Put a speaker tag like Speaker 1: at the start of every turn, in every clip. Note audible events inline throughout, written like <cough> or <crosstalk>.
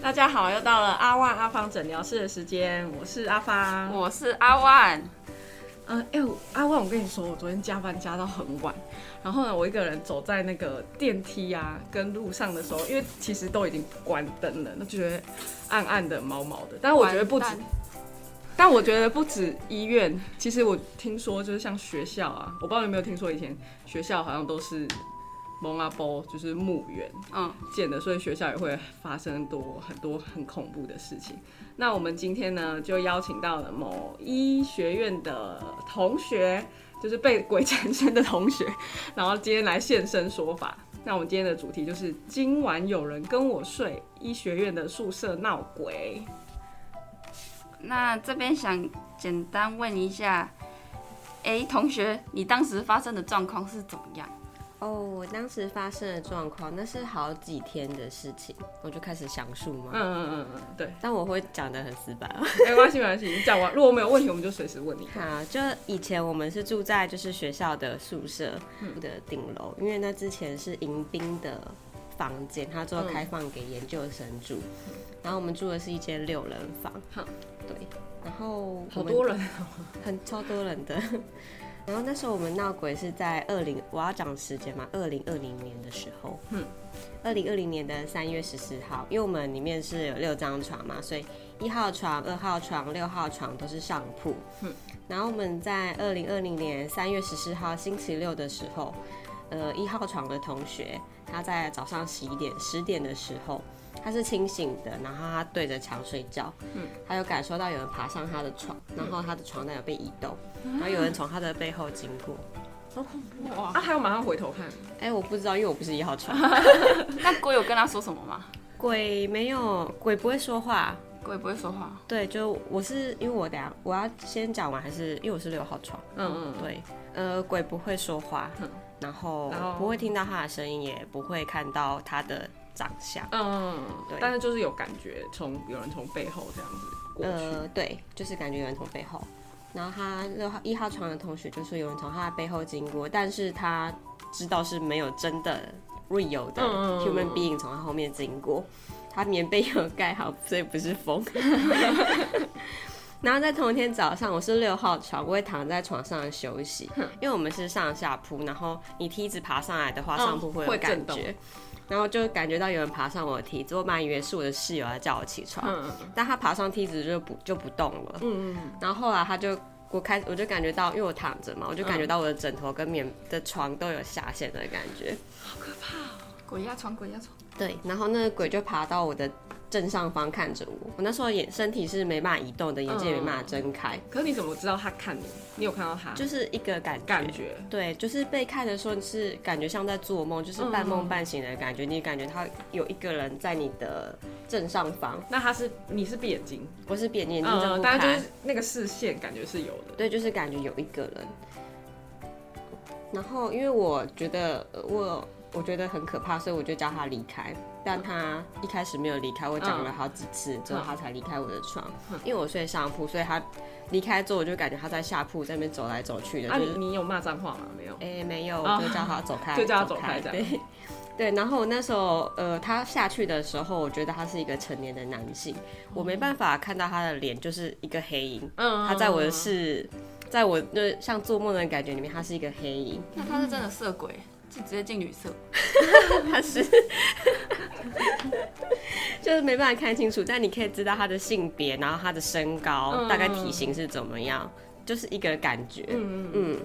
Speaker 1: 大家好，又到了阿万阿芳诊疗室的时间，我是阿芳。
Speaker 2: 我是阿万，
Speaker 1: 嗯，哎、我阿万，我跟你说，我昨天加班加到很晚，然后呢，我一个人走在那个电梯啊跟路上的时候，因为其实都已经关灯了，那就觉得暗暗的、毛毛的。但我觉得不止
Speaker 2: 完蛋
Speaker 1: 但我觉得不止医院，其实我听说就是像学校啊，我不知道你有没有听说，以前学校好像都是蒙阿波，就是墓园
Speaker 2: 嗯，
Speaker 1: 建的，所以学校也会发生很多很多很恐怖的事情。那我们今天呢，就邀请到了某医学院的同学，就是被鬼缠身的同学，然后今天来现身说法。那我们今天的主题就是今晚有人跟我睡，医学院的宿舍闹鬼。
Speaker 2: 那这边想简单问一下，哎、同学，你当时发生的状况是怎么样？
Speaker 3: 哦，我当时发生的状况，那是好几天的事情，我就开始详述嘛。
Speaker 1: 嗯嗯嗯嗯，对。
Speaker 3: 但我会讲的很死板。啊
Speaker 1: 没关系，没关系，你讲完，如果没有问题，我们就随时问你。
Speaker 3: <laughs> 好，就以前我们是住在就是学校的宿舍
Speaker 1: 嗯
Speaker 3: 的顶楼，因为那之前是迎宾的房间，它之
Speaker 1: 嗯
Speaker 3: 后开放给研究生住。然后我们住的是一间六人房
Speaker 1: 好，
Speaker 3: 对，然后
Speaker 1: 好多
Speaker 3: 人。
Speaker 1: 人，
Speaker 3: 很超多人的。 <laughs> 然后那时候我们闹鬼是在二零，我要讲时间嘛，二零二零年的时候，
Speaker 1: 嗯
Speaker 3: 嗯，二零二零年的三月十四号，因为我们里面是有六张床嘛，所以一号床、二号床、六号床都是上铺，
Speaker 1: 嗯
Speaker 3: 嗯，然后我们在二零二零年三月十四号星期六的时候，呃，一号床的同学他在早上十一点十点的时候，他是清醒的，然后他对着墙睡觉，他有感受到有人爬上他的床，然后他的床单有被移动，然后有人从他的背后经过。
Speaker 1: 好恐怖啊！啊，还有马上回头看，
Speaker 3: 哎、我不知道，因为我不是一号床。
Speaker 2: 那鬼有跟他说什么吗？
Speaker 3: <laughs> 鬼没有，鬼不会说话。
Speaker 2: 鬼不会说话，
Speaker 3: 对，就我是因为我等下我要先讲完，还是因为我是六号床。
Speaker 1: 嗯嗯，
Speaker 3: 对，呃，鬼不会说话，然后
Speaker 1: 然后
Speaker 3: 不会听到他的声音，也不会看到他的长相。
Speaker 1: 嗯，
Speaker 3: 对
Speaker 1: 但是就是有感觉，从有人从背后这样子过去，
Speaker 3: 呃，对，就是感觉有人从背后。然后他六号一号床的同学就说有人从他的背后经过，但是他知道是没有真的 real 的
Speaker 1: 嗯嗯嗯
Speaker 3: human being 从他后面经过，他棉被有盖好，所以不是
Speaker 1: <laughs>
Speaker 3: 风。然后在同一天早上，我是六号床，我会躺在床上休息，因为我们是上下铺，然后你梯子爬上来的话，
Speaker 1: 嗯
Speaker 3: 上铺会有
Speaker 1: 会震
Speaker 3: 感
Speaker 1: 动
Speaker 3: 觉，然后就感觉到有人爬上我的梯子，我本来以为是我的室友来叫我起床，
Speaker 1: 嗯
Speaker 3: 但他爬上梯子就不就不动了。
Speaker 1: 嗯嗯，
Speaker 3: 然后后来他就我开我就感觉到，因为我躺着嘛，我就感觉到我的枕头跟棉的床都有下陷的感觉。
Speaker 2: 鬼压床，鬼压床，
Speaker 3: 对，然后那个鬼就爬到我的正上方看着我，我那时候眼身体是没办法移动的，眼睛也没办法睁开，
Speaker 1: 可是你怎么知道他看你？你有看到他？
Speaker 3: 就是一个感觉。
Speaker 1: 感觉，
Speaker 3: 对，就是被看的时候，你是感觉像在做梦，就是半梦半醒的感觉。你感觉他有一个人在你的正上方，
Speaker 1: 那他是你是闭眼睛，
Speaker 3: 我是扁眼睛睁
Speaker 1: 嗯，
Speaker 3: 不
Speaker 1: 当
Speaker 3: 开，
Speaker 1: 然就是那个视线感觉是有的，
Speaker 3: 对，就是感觉有一个人。然后因为我觉得呃我我觉得很可怕，所以我就叫他离开。但他一开始没有离开，我讲了好几次之后，
Speaker 1: 嗯
Speaker 3: 他才离开我的床。因为我睡上铺，所以他离开之后，我就感觉他在下铺在那边走来走去的，
Speaker 1: 啊，
Speaker 3: 就
Speaker 1: 你
Speaker 3: 是
Speaker 1: 你有骂脏话吗？没有，
Speaker 3: 哎、没有，
Speaker 1: 啊
Speaker 3: 我就叫他走
Speaker 1: <laughs>
Speaker 3: 开，
Speaker 1: 就叫他走开这
Speaker 3: 对
Speaker 1: 样。
Speaker 3: 对，然后我那时候，呃，他下去的时候，我觉得他是一个成年的男性，我没办法看到他的脸，就是一个黑影。
Speaker 1: 嗯，
Speaker 3: <laughs> 他在我的是，在我就是像做梦的感觉里面，他是一个黑影， <laughs>
Speaker 2: 那他是真的色鬼，就直接进女色，
Speaker 3: 他是就是没办法看清楚，但你可以知道他的性别，然后他的身高，
Speaker 1: 嗯
Speaker 3: 大概体型是怎么样，就是一个感觉，嗯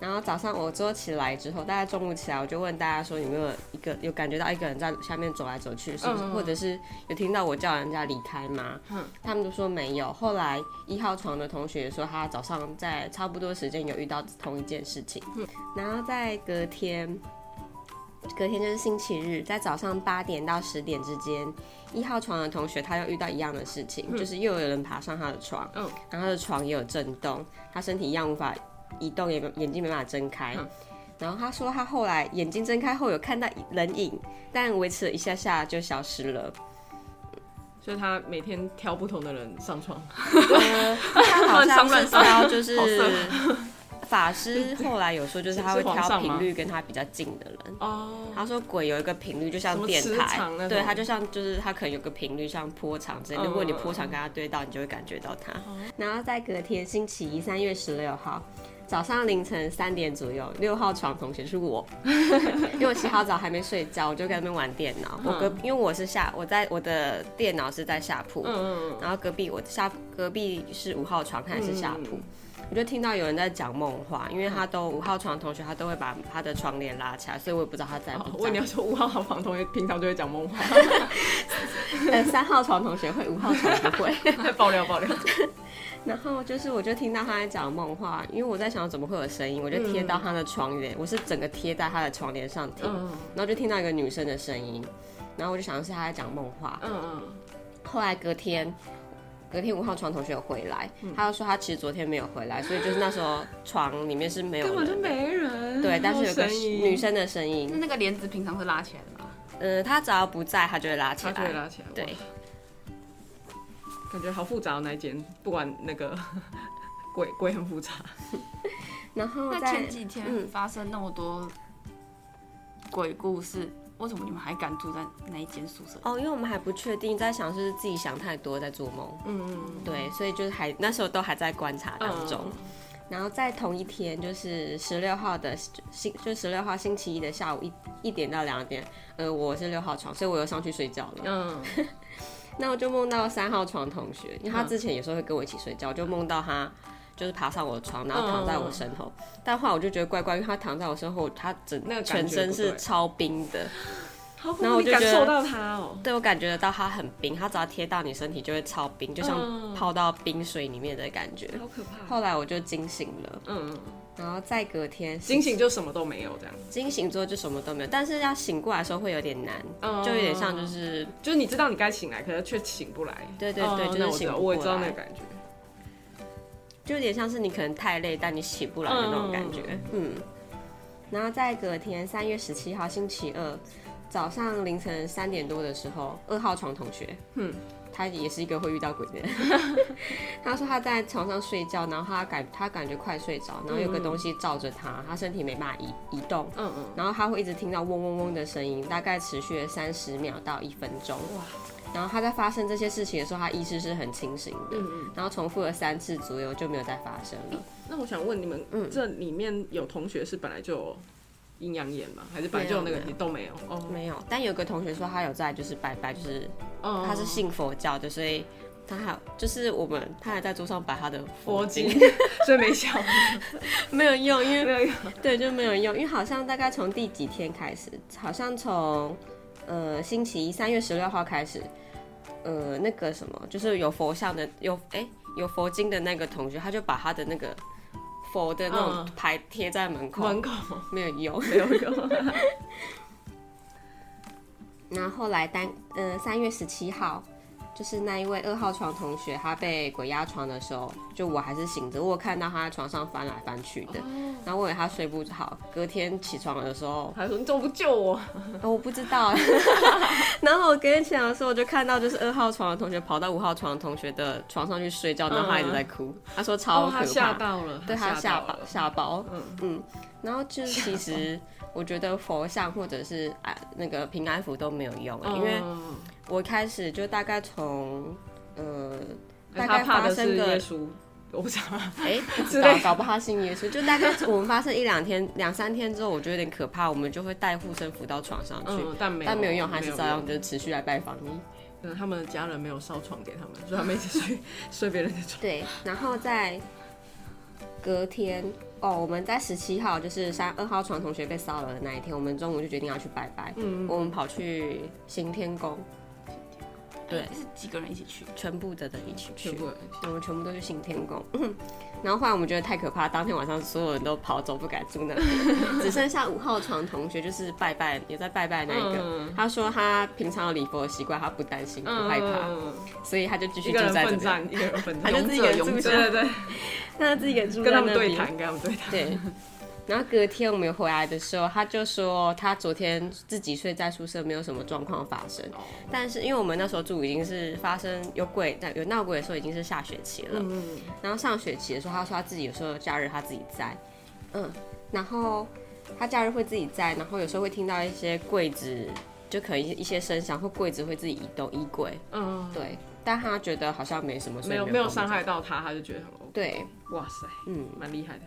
Speaker 3: 然后早上我之后起来之后，大概中午起来，我就问大家说有没有一个有感觉到一个人在下面走来走去，是不是？
Speaker 1: 嗯嗯嗯
Speaker 3: 或者是有听到我叫人家离开吗？
Speaker 1: 嗯
Speaker 3: 他们都说没有。后来一号床的同学说他早上在差不多时间有遇到同一件事情，
Speaker 1: 嗯
Speaker 3: 然后在隔天。隔天就是星期日，在早上八点到十点之间，一号床的同学他又遇到一样的事情，就是又有人爬上他的床，
Speaker 1: 嗯嗯
Speaker 3: 然后他的床也有震动，他身体一样无法移动，也没眼睛没办法睁开。然后他说他后来眼睛睁开后有看到人影，但维持了一下下就消
Speaker 1: <laughs>
Speaker 3: 失了。
Speaker 1: 嗯所以他每天挑不同的人上床，
Speaker 3: 呃，他好像
Speaker 2: 乱
Speaker 3: 是
Speaker 2: 上
Speaker 3: 挑
Speaker 1: 啊
Speaker 3: 就
Speaker 1: 好色
Speaker 3: 是法师后来有说，就是他会
Speaker 1: 是皇
Speaker 3: 挑
Speaker 1: 上吗
Speaker 3: 频率跟他比较近的人。
Speaker 1: 哦，
Speaker 3: 他说鬼有一个频率，就
Speaker 1: 什
Speaker 3: 像
Speaker 1: 么
Speaker 3: 电
Speaker 1: 磁
Speaker 3: 台
Speaker 1: 场那，
Speaker 3: 对，
Speaker 1: 种
Speaker 3: 它就像就是它可能有个频率，像波长之类的。如果你
Speaker 1: 嗯嗯
Speaker 3: 波长跟它对到，你就会感觉到它。
Speaker 1: 哦
Speaker 3: 然后在隔天星期一，三月十六号早上凌晨三点左右，六号床同学是我， <laughs> 因为我洗好澡还没睡觉，我就在那边玩电脑。我
Speaker 1: 嗯
Speaker 3: 隔因为我是下我在我的电脑是在下铺，
Speaker 1: 嗯嗯
Speaker 3: 然后隔壁我下隔壁是五号床，看是下
Speaker 1: 嗯
Speaker 3: 铺，我就听到有人在讲梦话，因为他都五号床的同学，他都会把他的窗帘拉起来，所以我也不知道他在
Speaker 1: 嗯，
Speaker 3: 不
Speaker 1: 我
Speaker 3: 在
Speaker 1: 你。要说五号房同学平常就会讲
Speaker 3: <laughs>
Speaker 1: 梦话， <laughs>
Speaker 3: 呃，三号床同学会，五号床不
Speaker 1: <laughs>
Speaker 3: 会。
Speaker 1: 爆料爆料，
Speaker 3: 然后就是我就听到他在讲梦话，因为我在想怎么会有声音，我就贴到他的窗帘，我是整个贴在他的窗帘上听，
Speaker 1: 嗯
Speaker 3: 然后就听到一个女生的声音，然后我就想是他在讲梦话。
Speaker 1: 嗯嗯，
Speaker 3: 后来隔天，隔天五号床同学有回来，
Speaker 1: 嗯
Speaker 3: 他就说他其实昨天没有回来，所以就是那时候床里面是没有
Speaker 1: 根
Speaker 3: 人
Speaker 1: 本就
Speaker 3: 的
Speaker 1: 没人，
Speaker 3: 对，但是有个
Speaker 1: 声音
Speaker 3: 女生的声
Speaker 2: 那 <laughs>
Speaker 3: 音，
Speaker 2: 那个帘子平常是拉起来的吗？
Speaker 3: 呃，她只要不在，她就会拉起
Speaker 1: 他就会
Speaker 3: 来。
Speaker 1: 拉起来，哇
Speaker 3: 对，
Speaker 1: 感觉好复杂哦，那一间，不管那个 <laughs> 鬼鬼很复杂，
Speaker 3: 然后
Speaker 2: 那
Speaker 3: 在
Speaker 2: 前几天
Speaker 3: 嗯
Speaker 2: 发生那么多鬼故事，为什么你们还敢住在那一间宿舍？
Speaker 3: 哦，因为我们还不确定，在想是自己想太多，在做梦。
Speaker 1: 嗯嗯
Speaker 3: 对，所以就是还那时候都还在观察当中。然后在同一天，就是十六号的星，就十六号星期一的下午一一点到两点，呃，我是六号床，所以我又上去睡觉了。
Speaker 1: 嗯，
Speaker 3: 那我就梦到三号床同学，因为他
Speaker 1: 嗯
Speaker 3: 之前有时候会跟我一起睡觉，我就梦到他就是爬上我的床，然后躺在我身后。
Speaker 1: 嗯
Speaker 3: 但后来我就觉得怪怪，因为他躺在我身后，他整
Speaker 1: 那个感觉
Speaker 3: 全身
Speaker 1: 不
Speaker 3: 是
Speaker 1: 对
Speaker 3: 超冰的，
Speaker 1: 好，
Speaker 3: 然后我
Speaker 1: 你
Speaker 3: 就
Speaker 1: 感
Speaker 3: 觉得
Speaker 1: 受到他哦，
Speaker 3: 对我感觉得到他很冰，他只要贴到你身体就会超冰，就
Speaker 1: 嗯
Speaker 3: 像泡到冰水里面的感觉。
Speaker 1: 好可怕，
Speaker 3: 后来我就惊醒了，
Speaker 1: 嗯，嗯
Speaker 3: 然后再隔天
Speaker 1: 惊醒就什么都没有这样，
Speaker 3: 惊醒之后就什么都没有，但是要醒过来的时候会有点难，
Speaker 1: 嗯
Speaker 3: 就有点像就是
Speaker 1: 就是你知道你该醒来，可是却醒不来，
Speaker 3: 对对对
Speaker 1: 嗯
Speaker 3: 就是
Speaker 1: 哦那我知
Speaker 3: 醒
Speaker 1: 道
Speaker 3: 不
Speaker 1: 我也
Speaker 3: 过
Speaker 1: 知道
Speaker 3: 来
Speaker 1: 那个感觉，
Speaker 3: 就有点像是你可能太累，但你起不来的那种感觉。嗯。然后在隔天三月十七号星期二早上凌晨三点多的时候，二号床同学，
Speaker 1: 嗯
Speaker 3: 嗯，他也是一个会遇到鬼
Speaker 1: <laughs>
Speaker 3: 的人。他说他在床上睡觉，然后他感他感觉快睡着，然后有个东西罩着他，他身体没办法移移动，
Speaker 1: 嗯嗯，
Speaker 3: 然后他会一直听到嗡嗡嗡的声音，大概持续了三十秒到一分钟。
Speaker 1: 哇，
Speaker 3: 然后他在发生这些事情的时候，他意识是很清醒的，
Speaker 1: 嗯嗯。
Speaker 3: 然后重复了三次左右就没有再发生了。
Speaker 1: 那我想问你们，
Speaker 3: 嗯
Speaker 1: 这里面有同学是本来就有阴阳眼吗？还是本来就有那个
Speaker 3: 没有没有
Speaker 1: 也都没有？哦，
Speaker 3: 没有，但有个同学说他有在就是拜拜，就是
Speaker 1: 哦
Speaker 3: 他是信佛教的，所以他还就是我们他还在桌上摆他的
Speaker 1: 佛经
Speaker 3: 经，，
Speaker 1: 所以没效，
Speaker 3: <laughs> 没有用，因
Speaker 1: 没
Speaker 3: 为
Speaker 1: 有用。
Speaker 3: 对就没有用，因为好像大概从第几天开始，好像从呃星期一三月十六号开始，呃那个什么就是有佛像的有哎、有佛经的那个同学，他就把他的那个佛的那种
Speaker 1: 嗯
Speaker 3: 牌贴在门口，
Speaker 1: 门口
Speaker 3: 没有用。 <laughs>
Speaker 1: 没有用，，
Speaker 3: 然后后来单呃三月十七号，就是那一位二号床同学，他被鬼压床的时候，就我还是醒着，我有看到他在床上翻来翻去的，然后我以为他睡不好，隔天起床的时候
Speaker 1: 他说你怎么不救我？
Speaker 3: 呃我不知道，
Speaker 1: <laughs>
Speaker 3: 然后我隔天起床的时候，我就看到就是二号床的同学跑到五号床的同学的床上去睡觉，然后他一直在哭，他说超
Speaker 1: 哦，他
Speaker 3: 可怕，
Speaker 1: 吓到了，
Speaker 3: 对他吓
Speaker 1: 吓
Speaker 3: 爆
Speaker 1: 到了。
Speaker 3: 吓爆，
Speaker 1: 嗯
Speaker 3: 嗯然后就是其实我觉得佛像或者是啊那个平安符都没有用、欸因为
Speaker 1: 嗯
Speaker 3: 我开始就大概从呃大
Speaker 1: 他
Speaker 3: 概
Speaker 1: 怕的
Speaker 3: 发
Speaker 1: 是
Speaker 3: 生
Speaker 1: 耶
Speaker 3: 个
Speaker 1: 稣，我不知道，
Speaker 3: 哎、不
Speaker 1: <laughs> 之
Speaker 3: 知道
Speaker 1: 类
Speaker 3: 搞不好他信耶稣，就大概我们发生一两天 <laughs> 两三天之后，我觉得有点可怕，我们就会带护身符到床上去。
Speaker 1: 嗯，但没有，
Speaker 3: 但没有用，还是
Speaker 1: 没
Speaker 3: 照样就持续来拜访你。
Speaker 1: 可能他们的家人没有烧床给他们，所以他们一直睡睡别人的床。
Speaker 3: 对，然后在隔天哦，我们在十七号，就是三二号床同学被骚扰的那一天，我们中午就决定要去拜拜。
Speaker 1: 嗯，
Speaker 3: 我们跑去行天宫，对
Speaker 2: 是几个人一起去？
Speaker 3: 全部的人一起
Speaker 1: 全
Speaker 3: 去，
Speaker 1: 部
Speaker 3: 我们全部都去行天宫。 <laughs> 然后后来我们觉得太可怕，当天晚上所有人都跑走，不敢
Speaker 1: <laughs>
Speaker 3: 住那里，只剩下五号床同学，就是拜拜也在拜拜那一个。
Speaker 1: 嗯
Speaker 3: 他说他平常有礼佛的习惯，他不担心，不害怕，
Speaker 1: 嗯
Speaker 3: 所以他就继续
Speaker 1: 一
Speaker 3: 住
Speaker 1: 个人
Speaker 3: 在这
Speaker 1: 奋
Speaker 3: 边。
Speaker 1: 战，一个人奋
Speaker 3: 他
Speaker 1: 战，
Speaker 3: 就自己一个人
Speaker 2: 勇
Speaker 3: 住
Speaker 1: 对
Speaker 3: 下，
Speaker 1: 对对，
Speaker 3: 他自己一个人住在
Speaker 1: 跟他们
Speaker 3: 那
Speaker 1: 对
Speaker 3: 里。
Speaker 1: 谈，跟他们对谈。
Speaker 3: 对，然后隔天我们回来的时候，他就说他昨天自己睡在宿舍，没有什么状况发生。
Speaker 1: 哦
Speaker 3: 但是因为我们那时候住已经是发生有鬼有闹鬼的时候，已经是下学期了。
Speaker 1: 嗯，
Speaker 3: 然后上学期的时候，他说他自己有时候假日他自己在，嗯，然后他假日会自己在，然后有时候会听到一些柜子，就可能一些声响或柜子会自己移动衣柜，
Speaker 1: 嗯，
Speaker 3: 对，但他觉得好像没什么，所以
Speaker 1: 没有
Speaker 3: 有
Speaker 1: 没有
Speaker 3: 跟我
Speaker 1: 伤
Speaker 3: 们
Speaker 1: 害到他，他就觉得很 OK。
Speaker 3: 讲，对，
Speaker 1: 哇塞，
Speaker 3: 嗯。
Speaker 1: 蛮厉害的。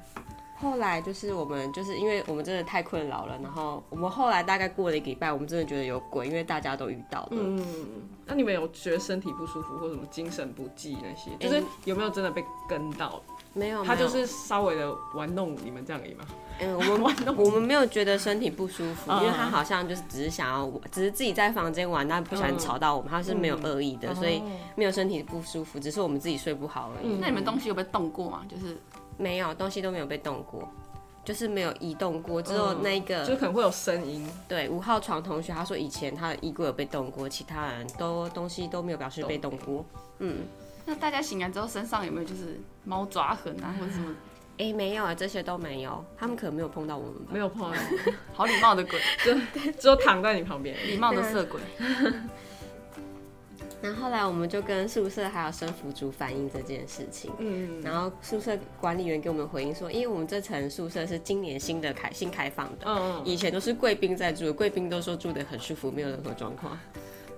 Speaker 3: 后来就是我们就是因为我们真的太困扰了，然后我们后来大概过了一个礼拜，我们真的觉得有鬼，因为大家都遇到了。
Speaker 1: 嗯，那你们有觉得身体不舒服或什么精神不济那些，就是有没有真的被跟到？
Speaker 3: 没有，
Speaker 1: 他
Speaker 3: 哦没有
Speaker 1: 就是稍微的玩弄你们这样而已嘛。
Speaker 3: 嗯， <laughs> 我们我们没有觉得身体不舒服，
Speaker 1: 嗯
Speaker 3: 因为他好像就是只是想要，只是自己在房间玩，但不想吵到我们，他是没有恶意的，所以没有身体不舒服，只是我们自己睡不好而已。
Speaker 1: 嗯
Speaker 2: 那你们东西有被动过吗？就是
Speaker 3: 没有东西都没有被动过，就是没有移动过，只有那个、
Speaker 1: 就是可能会有声音，
Speaker 3: 对五号床同学，他说以前他的衣柜有被动过，其他人都东西都没有表示被动过。嗯，
Speaker 2: 那大家醒来之后身上有没有就是猫爪痕啊，或者什么
Speaker 3: 哎、没有啊，这些都没有，他们可能没有碰到我们吧。
Speaker 1: 没有碰到
Speaker 2: 好礼貌的鬼，
Speaker 1: 你， <laughs> 只有躺在你旁边。
Speaker 2: 礼貌的色鬼。
Speaker 3: 然后后来我们就跟宿舍还有生服组反映这件事情。
Speaker 1: 嗯，
Speaker 3: 然后宿舍管理员给我们回应说，因为我们这层宿舍是今年新的开新开放的，
Speaker 1: 嗯
Speaker 3: 以前都是贵宾在住的，贵宾都说住的很舒服，没有任何状况。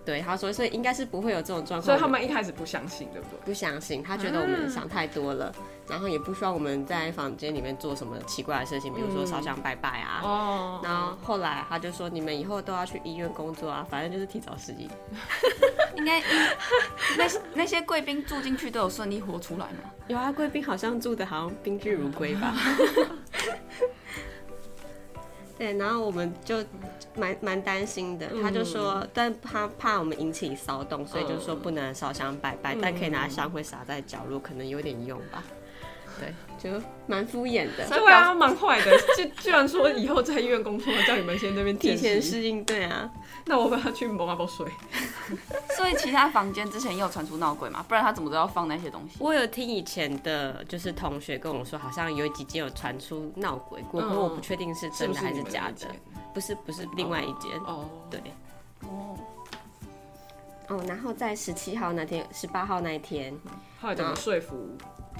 Speaker 3: 对，他说所以应该是不会有这种状况。
Speaker 1: 所以他们一开始不相信，对不对？
Speaker 3: 不相信，他觉得我们想太多了，然后也不希望我们在房间里面做什么奇怪的事情，比如说烧香拜拜啊。
Speaker 1: 哦，
Speaker 3: 然后后来他就说，你们以后都要去医院工作啊，反正就是提早适应。
Speaker 2: <laughs> 应该 <laughs> 那些那些贵宾住进去都有顺利活出来嘛？
Speaker 3: 有啊，贵宾好像住的好像宾至如归 <laughs> 吧。对，然后我们就蛮蛮担心的，他就说，但他怕我们引起骚动，所以就说不能烧香拜拜，但可以拿香灰撒在角落，可能有点用吧。对，就蛮敷衍的，
Speaker 1: 对啊，蛮坏的， <laughs> 居居然说以后在医院工作，叫你们先这边
Speaker 3: 提前
Speaker 1: 见习。
Speaker 3: 适应。对啊，
Speaker 1: 那我把他去蒙阿波水。
Speaker 2: 所以其他房间之前也有传出闹鬼嘛，不然他怎么都要放那些东西？
Speaker 3: 我有听以前的，就是同学跟我说，好像有几间有传出闹鬼过，不过我不确定是
Speaker 1: 是
Speaker 3: 真
Speaker 1: 不
Speaker 3: 的还
Speaker 1: 你
Speaker 3: 嗯是
Speaker 1: 们
Speaker 3: 假
Speaker 1: 那
Speaker 3: 的
Speaker 1: 间，
Speaker 3: 不是不是另外一间。
Speaker 1: 哦，
Speaker 3: 对。
Speaker 2: 哦，
Speaker 3: 哦，然后在十七号那天、十八号那一天，
Speaker 1: 后来怎么说服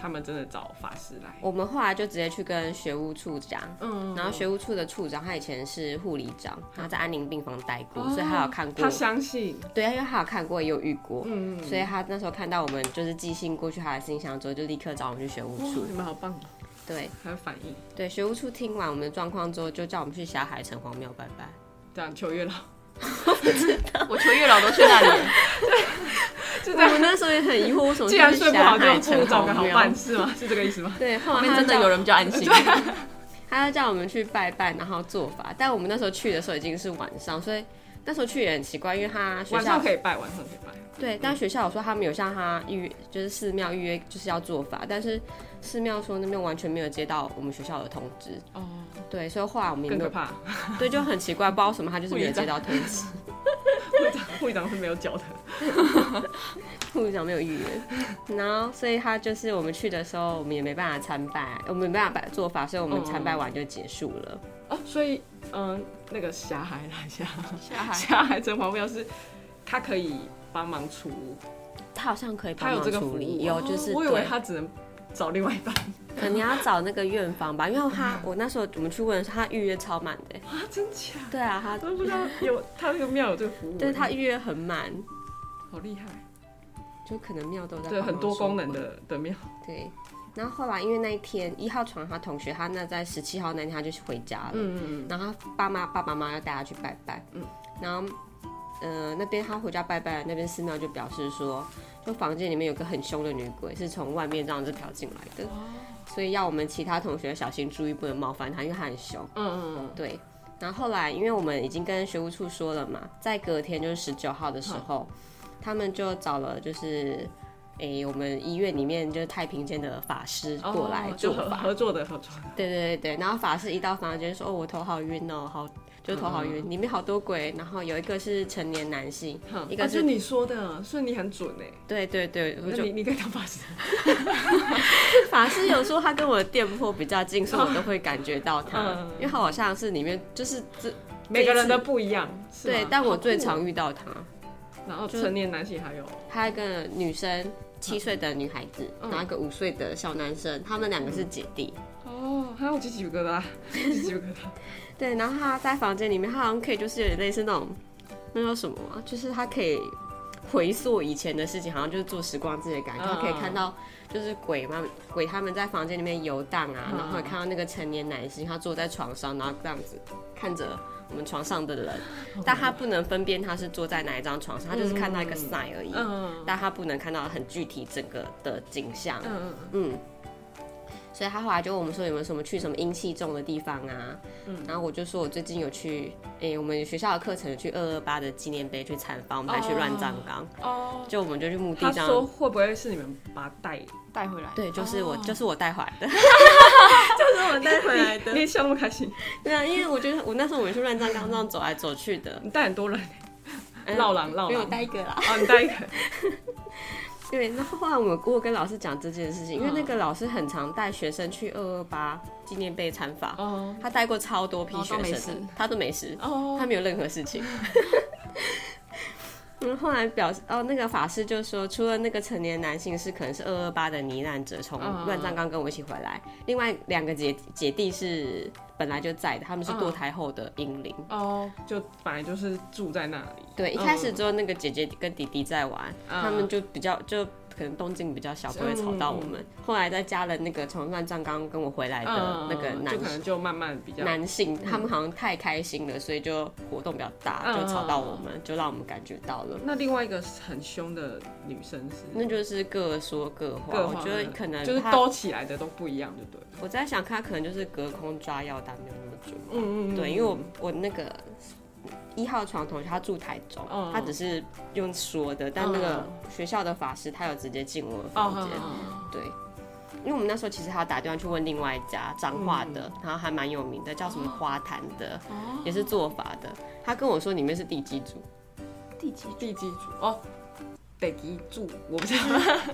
Speaker 1: 他们真的找法师来？
Speaker 3: 我们后来就直接去跟学务处长，
Speaker 1: 嗯
Speaker 3: 哦然后学务处的处长他以前是护理长，他在安宁病房待过，所以他有看过
Speaker 1: 哦他，相信，
Speaker 3: 对，因为他有看过，也有遇过，
Speaker 1: 嗯，
Speaker 3: 所以他那时候看到我们就是寄信过去他的信箱之后，就立刻找我们去学务
Speaker 1: 哇
Speaker 3: 处，
Speaker 1: 你们好棒哦，
Speaker 3: 对
Speaker 1: 还有反应，
Speaker 3: 对，学务处听完我们的状况之后，就叫我们去霞海城隍庙拜拜。
Speaker 1: 这样求月老，
Speaker 2: 我求月老都去那 <laughs> 里了，
Speaker 1: 就这
Speaker 3: 我们
Speaker 1: 样。
Speaker 3: 那时候也很疑惑，
Speaker 1: <laughs>
Speaker 3: 为什么
Speaker 1: 既然
Speaker 3: 是去
Speaker 1: 睡不好，
Speaker 3: 霞
Speaker 1: 就
Speaker 3: 海
Speaker 1: 不
Speaker 3: 城
Speaker 1: 如找个好
Speaker 3: 隍庙
Speaker 1: 办？事嘛，是这个意思吗？
Speaker 3: 对，后
Speaker 2: 后
Speaker 3: 来
Speaker 2: 面
Speaker 3: 他
Speaker 2: 真的
Speaker 3: 叫
Speaker 2: 有人比较安心。
Speaker 3: 他就叫我们去拜拜，然后做法。但我们那时候去的时候已经是晚上，所以那时候去也很奇怪，因为他
Speaker 1: <laughs>
Speaker 3: 学
Speaker 1: 晚上
Speaker 3: 校
Speaker 1: 可以拜，晚上可以拜，
Speaker 3: 对，但学校有说他们有向他预约，就是寺庙预约就是要做法，但是寺庙说那边完全没有接到我们学校的通知。
Speaker 1: 哦，
Speaker 3: 对，所以后来我们也
Speaker 1: 更
Speaker 3: 没
Speaker 1: 可 <laughs>
Speaker 3: 有，
Speaker 1: 怕，
Speaker 3: 对，就很奇怪，不知道为什么他就是没有接到通知，
Speaker 1: 会长会长是没有脚的，
Speaker 3: 护理长没有预约，然后所以他就是我们去的时候，我们也没办法参拜，我们没办法拜做法，所以我们参拜完就结束了。
Speaker 1: 哦，所以嗯，那个霞海啦，霞
Speaker 2: 下海
Speaker 1: 霞海城隍庙是，他可以帮忙除，
Speaker 3: 他好像可以
Speaker 1: 他
Speaker 3: 帮
Speaker 1: 有
Speaker 3: 忙
Speaker 1: 这个服
Speaker 3: 处
Speaker 1: 务
Speaker 3: 理，
Speaker 1: 哦，
Speaker 3: 有就是
Speaker 1: 我以为
Speaker 3: 对
Speaker 1: 他只能找另外一半，
Speaker 3: 可能要找那个院方
Speaker 1: 哦
Speaker 3: 吧，因为他我那时候我们去问的时候，他预约超满的。
Speaker 1: <laughs> 啊，真假？
Speaker 3: 对啊，他
Speaker 1: 我都不知道有他那个庙有这个服务，
Speaker 3: 对他预约很满，
Speaker 1: 好厉害，
Speaker 3: 就可能庙都在
Speaker 1: 对，
Speaker 3: 帮忙
Speaker 1: 很多功能
Speaker 3: 收
Speaker 1: 的的庙，
Speaker 3: 鬼。对，然后后来因为那一天一号床他同学他那在十七号那天他就去回家了，
Speaker 1: 嗯嗯
Speaker 3: 然后他爸妈爸爸妈妈要带他去拜拜，
Speaker 1: 嗯
Speaker 3: 然后呃那边他回家拜拜，那边寺庙就表示说，就房间里面有个很凶的女鬼是从外面这样子飘进来的，
Speaker 1: 哦
Speaker 3: 所以要我们其他同学小心注意，不能冒犯他，因为他很凶。
Speaker 1: 嗯嗯嗯，
Speaker 3: 对，然后后来因为我们已经跟学务处说了嘛，在隔天就是十九号的时候，他们就找了就是诶、我们医院里面就是太平间的法师
Speaker 1: 哦
Speaker 3: 过来
Speaker 1: 就
Speaker 3: 做
Speaker 1: 合
Speaker 3: 法。
Speaker 1: 合作的合作的，
Speaker 3: 对对对对，然后法师一到房间说：“哦，我头好晕哦，好，就头好
Speaker 1: 嗯
Speaker 3: 晕，里面好多鬼，然后有一个是成年男性，
Speaker 1: 哼
Speaker 3: 一个
Speaker 1: 啊就
Speaker 3: 是
Speaker 1: 你说的，所以你很准哎。
Speaker 3: 对对对，我
Speaker 1: 那
Speaker 3: 就
Speaker 1: 你你可以当法师，
Speaker 3: <laughs> 法师有说他跟我的店铺比较
Speaker 1: <laughs>
Speaker 3: 近，所以我都会感觉到他
Speaker 1: 嗯，
Speaker 3: 因为他好像是里面就是这
Speaker 1: 每个人的不一样。是吗
Speaker 3: 对，但我最，
Speaker 1: 好哦
Speaker 3: 常遇到他，
Speaker 1: 酷哦然后
Speaker 3: 就哦
Speaker 1: 成年男性还有，
Speaker 3: <laughs> 他一个女生七岁的女孩子，
Speaker 1: 嗯
Speaker 3: 然后一个五岁的小男生，他们两个是姐弟。
Speaker 1: 哦，还有鸡鸡皮疙瘩，鸡鸡皮疙瘩，
Speaker 3: 对，然后他在房间里面，他好像可以就是有点类似那种那叫什么啊、就是他可以回溯以前的事情，好像就是做时光机的感觉，
Speaker 1: 嗯
Speaker 3: 他可以看到就是鬼嘛，鬼他们在房间里面游荡啊，
Speaker 1: 嗯
Speaker 3: 然后也看到那个成年男性他坐在床上，然后这样子看着。我们床上的人，但他不能分辨他是坐在哪一张床上，他就是看到一个 sign 而已，
Speaker 1: 嗯
Speaker 3: 但他不能看到很具体整个的景象。
Speaker 1: 嗯
Speaker 3: 嗯，所以他后来就问我们说有没有什么去什么阴气重的地方啊？
Speaker 1: 嗯
Speaker 3: 然后我就说我最近有去，诶、我们学校的课程有去二二八的纪念碑去参访，我们还去乱葬岗，
Speaker 1: 嗯，哦，
Speaker 3: 就我们就去墓地
Speaker 1: 他
Speaker 3: 这
Speaker 1: 说
Speaker 3: 样。
Speaker 1: 会不会是你们把他
Speaker 3: <laughs>
Speaker 1: 带？
Speaker 2: 带回来。
Speaker 3: 对，就是我，
Speaker 1: 哦
Speaker 3: 就是我带回来的， <laughs> 就是我带回来
Speaker 1: <laughs> 你
Speaker 3: 的。
Speaker 1: 也笑那么开心，
Speaker 3: 对啊，因为我觉得我那时候我们去乱葬岗这样走来走去的，
Speaker 1: 你带很多人，
Speaker 3: 嗯
Speaker 1: 绕廊绕
Speaker 3: 没有
Speaker 1: 廊，
Speaker 3: 带一个啦。
Speaker 1: 哦，你
Speaker 3: <laughs>
Speaker 1: 带一个，
Speaker 3: 对，然后后来我们我跟老师讲这件事情，因为
Speaker 1: 嗯
Speaker 3: 那个老师很常带学生去二二八纪念碑参访，
Speaker 1: 哦
Speaker 3: 他带过超多批
Speaker 2: 然后
Speaker 3: 学
Speaker 2: 都没
Speaker 3: 生的
Speaker 2: 事，
Speaker 3: 他都没事，他
Speaker 1: 哦，
Speaker 3: 没有任何事情。 <laughs> 嗯，后来表示哦，那个法师就说，除了那个成年男性是可能是二二八的罹难者，从
Speaker 1: 嗯
Speaker 3: 乱葬岗跟我一起回来，另外两个姐姐弟是本来就在的，他们是堕胎后的婴灵。
Speaker 1: 哦，就本来就是住在那里，
Speaker 3: 对，一开始只有那个姐姐跟弟弟在玩，
Speaker 1: 嗯
Speaker 3: 他们就比较就可能动静比较小，不会吵到我们。后来再加了那个从乱葬岗跟我回来的那个
Speaker 1: 嗯嗯
Speaker 3: 男
Speaker 1: 就可能就慢慢比较，
Speaker 3: 男性，他们好像太开心了，所以就活动比较大，
Speaker 1: 嗯
Speaker 3: 就吵到我们，就让我们感觉到了。
Speaker 1: 那另外一个很凶的女生是，
Speaker 3: 那就是各说各话，
Speaker 1: 各
Speaker 3: 我
Speaker 1: 方
Speaker 3: 觉得
Speaker 1: 面
Speaker 3: 可能
Speaker 1: 就是
Speaker 3: 他
Speaker 1: 兜起来的都不一样，就对了，
Speaker 3: 我在想，他可能就是隔空抓药单没有那么准。
Speaker 1: 嗯
Speaker 3: 对，因为我我那个一号床同学他住台中，
Speaker 1: 嗯
Speaker 3: 他只是用说的，但那个
Speaker 1: 嗯
Speaker 3: 学校的法师他有直接进我的
Speaker 1: 哦
Speaker 3: 房
Speaker 1: 好
Speaker 3: 间。
Speaker 1: 好好
Speaker 3: 对，因为我们那时候其实还有打电话去问另外一家彰化的，
Speaker 1: 嗯
Speaker 3: 然后还蛮有名的，叫什么花坛的，
Speaker 1: 哦
Speaker 3: 也是做法的。他跟我说里面是地基
Speaker 1: <laughs>
Speaker 3: 组，
Speaker 2: 第几
Speaker 1: 地基主哦，北极柱，我不知道，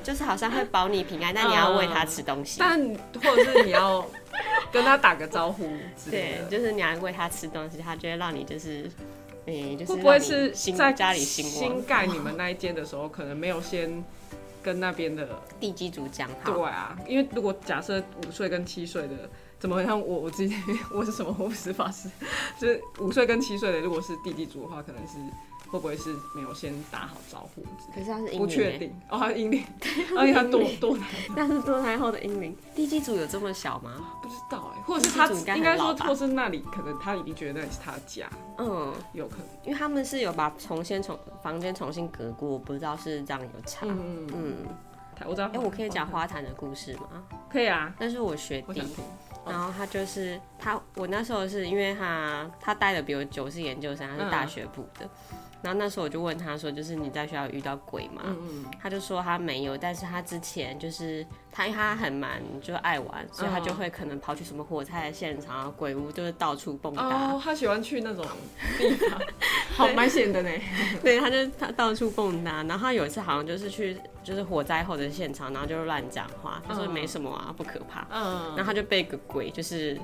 Speaker 3: 就是好像会保你平安，但你要喂他吃东西。
Speaker 1: <laughs> 嗯但或者是你要跟他打个招呼之类
Speaker 3: 对，
Speaker 1: 的。
Speaker 3: 就是你要喂他吃东西，他就会让你就是，嗯，就是
Speaker 1: 会不会
Speaker 3: 让你
Speaker 1: 是
Speaker 3: 兴
Speaker 1: 在
Speaker 3: 家里兴
Speaker 1: 新
Speaker 3: 旺？
Speaker 1: 盖你们那一间的时候，可能没有先跟那边的
Speaker 3: 地基组讲
Speaker 1: 对
Speaker 3: 好，
Speaker 1: 啊？因为如果假设五岁跟七岁的，怎么会像我我自己 <laughs> 我是什么我不是法师，就是五岁跟七岁的，如果是弟弟组的话，可能是会不会是没有先打好招呼之类
Speaker 3: 可是他是
Speaker 1: 的？
Speaker 3: 英
Speaker 1: 不
Speaker 3: 灵
Speaker 1: 确
Speaker 3: 欸，
Speaker 1: 定哦，他 <laughs> 英灵，而且他
Speaker 3: <laughs>
Speaker 1: 多多难
Speaker 3: 那是堕胎后的英灵。地基组有这么小吗？
Speaker 1: 不知道哎、或者是他
Speaker 3: 地基组应该很
Speaker 1: 应该说
Speaker 3: 老，吧
Speaker 1: 或是那里可能他已经觉得那里是他家，
Speaker 3: 嗯，
Speaker 1: 有可能。
Speaker 3: 因为他们是有把重新重房间重新隔过，我不知道是这样有差。
Speaker 1: 嗯嗯，
Speaker 3: 嗯，
Speaker 1: 台我知道。
Speaker 3: 哎、我可以讲花坛的故事吗？
Speaker 1: 可以啊，
Speaker 3: 但是我学
Speaker 1: 我
Speaker 3: 弟
Speaker 1: 想，听。哦
Speaker 3: 然后他就是他，我那时候是因为他他待的比我久，是研究生，他是
Speaker 1: 嗯
Speaker 3: 大学部的。然后那时候我就问他说，就是你在学校有遇到鬼吗？
Speaker 1: 嗯
Speaker 3: 他就说他没有，但是他之前就是他，因为他很蛮就爱玩，所以他就
Speaker 1: 嗯
Speaker 3: 会可能跑去什么火灾的现场啊、鬼屋，就是到处蹦
Speaker 1: 嗯，
Speaker 3: 跶。
Speaker 1: 哦，他喜欢去那种地方，好蛮显的呢。
Speaker 3: <laughs> 对，他就他到处蹦跶。然后他有一次好像就是去就是火灾后的现场，然后就乱讲话，他说
Speaker 1: 嗯
Speaker 3: 没什么啊，不可怕。
Speaker 1: <laughs> 嗯
Speaker 3: 然后他就被一个鬼就是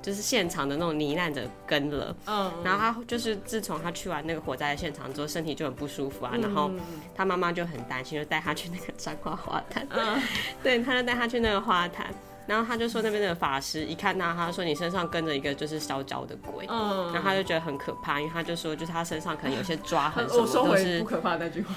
Speaker 3: 就是现场的那种罹难者跟了。
Speaker 1: 嗯，
Speaker 3: 然后他就是自从他去完那个火灾的现场之后，身体就很不舒服啊，然
Speaker 1: 嗯
Speaker 3: 后他妈妈就很担心，就带他去那个彰化花坛，
Speaker 1: 嗯
Speaker 3: 对，他就带他去那个花坛，然后他就说那边的法师一看到他说你身上跟着一个就是烧焦的鬼，
Speaker 1: 嗯，
Speaker 3: 然后他就觉得很可怕，因为他就说就是他身上可能有些抓痕什
Speaker 1: 呃我
Speaker 3: 么
Speaker 1: 收
Speaker 3: 都
Speaker 1: 回
Speaker 3: 是
Speaker 1: 不，可怕那句
Speaker 3: <laughs>
Speaker 1: 话。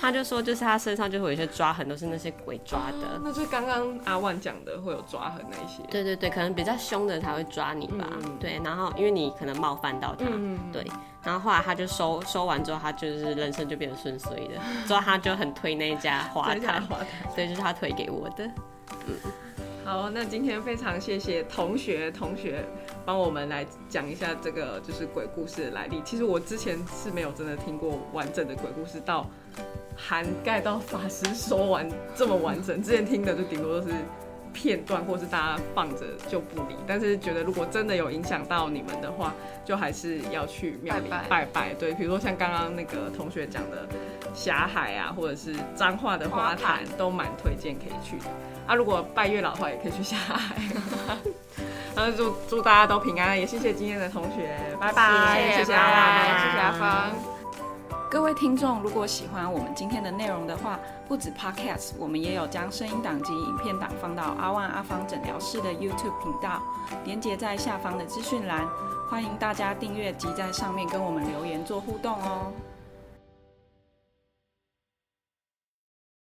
Speaker 3: 他就说就是他身上就会有一些抓痕都是那些鬼抓
Speaker 1: 啊
Speaker 3: 的，
Speaker 1: 那就是刚刚阿万讲的会有抓痕那一些。
Speaker 3: 对对对，可能比较凶的才会抓你吧，
Speaker 1: 嗯
Speaker 3: 对，然后因为你可能冒犯到他，
Speaker 1: 嗯，
Speaker 3: 对，然后后来他就收收完之后，他就是人生就变得顺遂的。 <laughs> 之后他就很推那一家花
Speaker 1: 真假
Speaker 3: 坛，
Speaker 1: 花坛。
Speaker 3: 对，就是他推给我的。
Speaker 1: 好，那今天非常谢谢同学同学帮我们来讲一下这个就是鬼故事的来历。其实我之前是没有真的听过完整的鬼故事，到涵盖到法师说完这么完整，之前听的就顶多都是片段，或是大家放着就不理。但是觉得如果真的有影响到你们的话，就还是要去庙里
Speaker 2: 拜拜
Speaker 1: 拜拜。对，比如说像刚刚那个同学讲的霞海啊，或者是彰化的花
Speaker 2: 花
Speaker 1: 坛，都蛮推荐可以去的。啊，如果拜月老的话，也可以去霞海。 <laughs> 然后祝祝大家都平安，也谢谢今天的同学，拜拜，
Speaker 2: 谢
Speaker 1: 谢
Speaker 2: 谢，
Speaker 1: 谢
Speaker 2: 拜
Speaker 1: 阿
Speaker 2: 拜，
Speaker 1: 兰
Speaker 2: 谢谢阿芳。
Speaker 4: 各位听众，如果喜欢我们今天的内容的话，不止 Podcast，我们也有将声音档及影片档放到阿万阿芳诊疗室的 YouTube 频道，连接在下方的资讯栏，欢迎大家订阅及在上面跟我们留言做互动哦。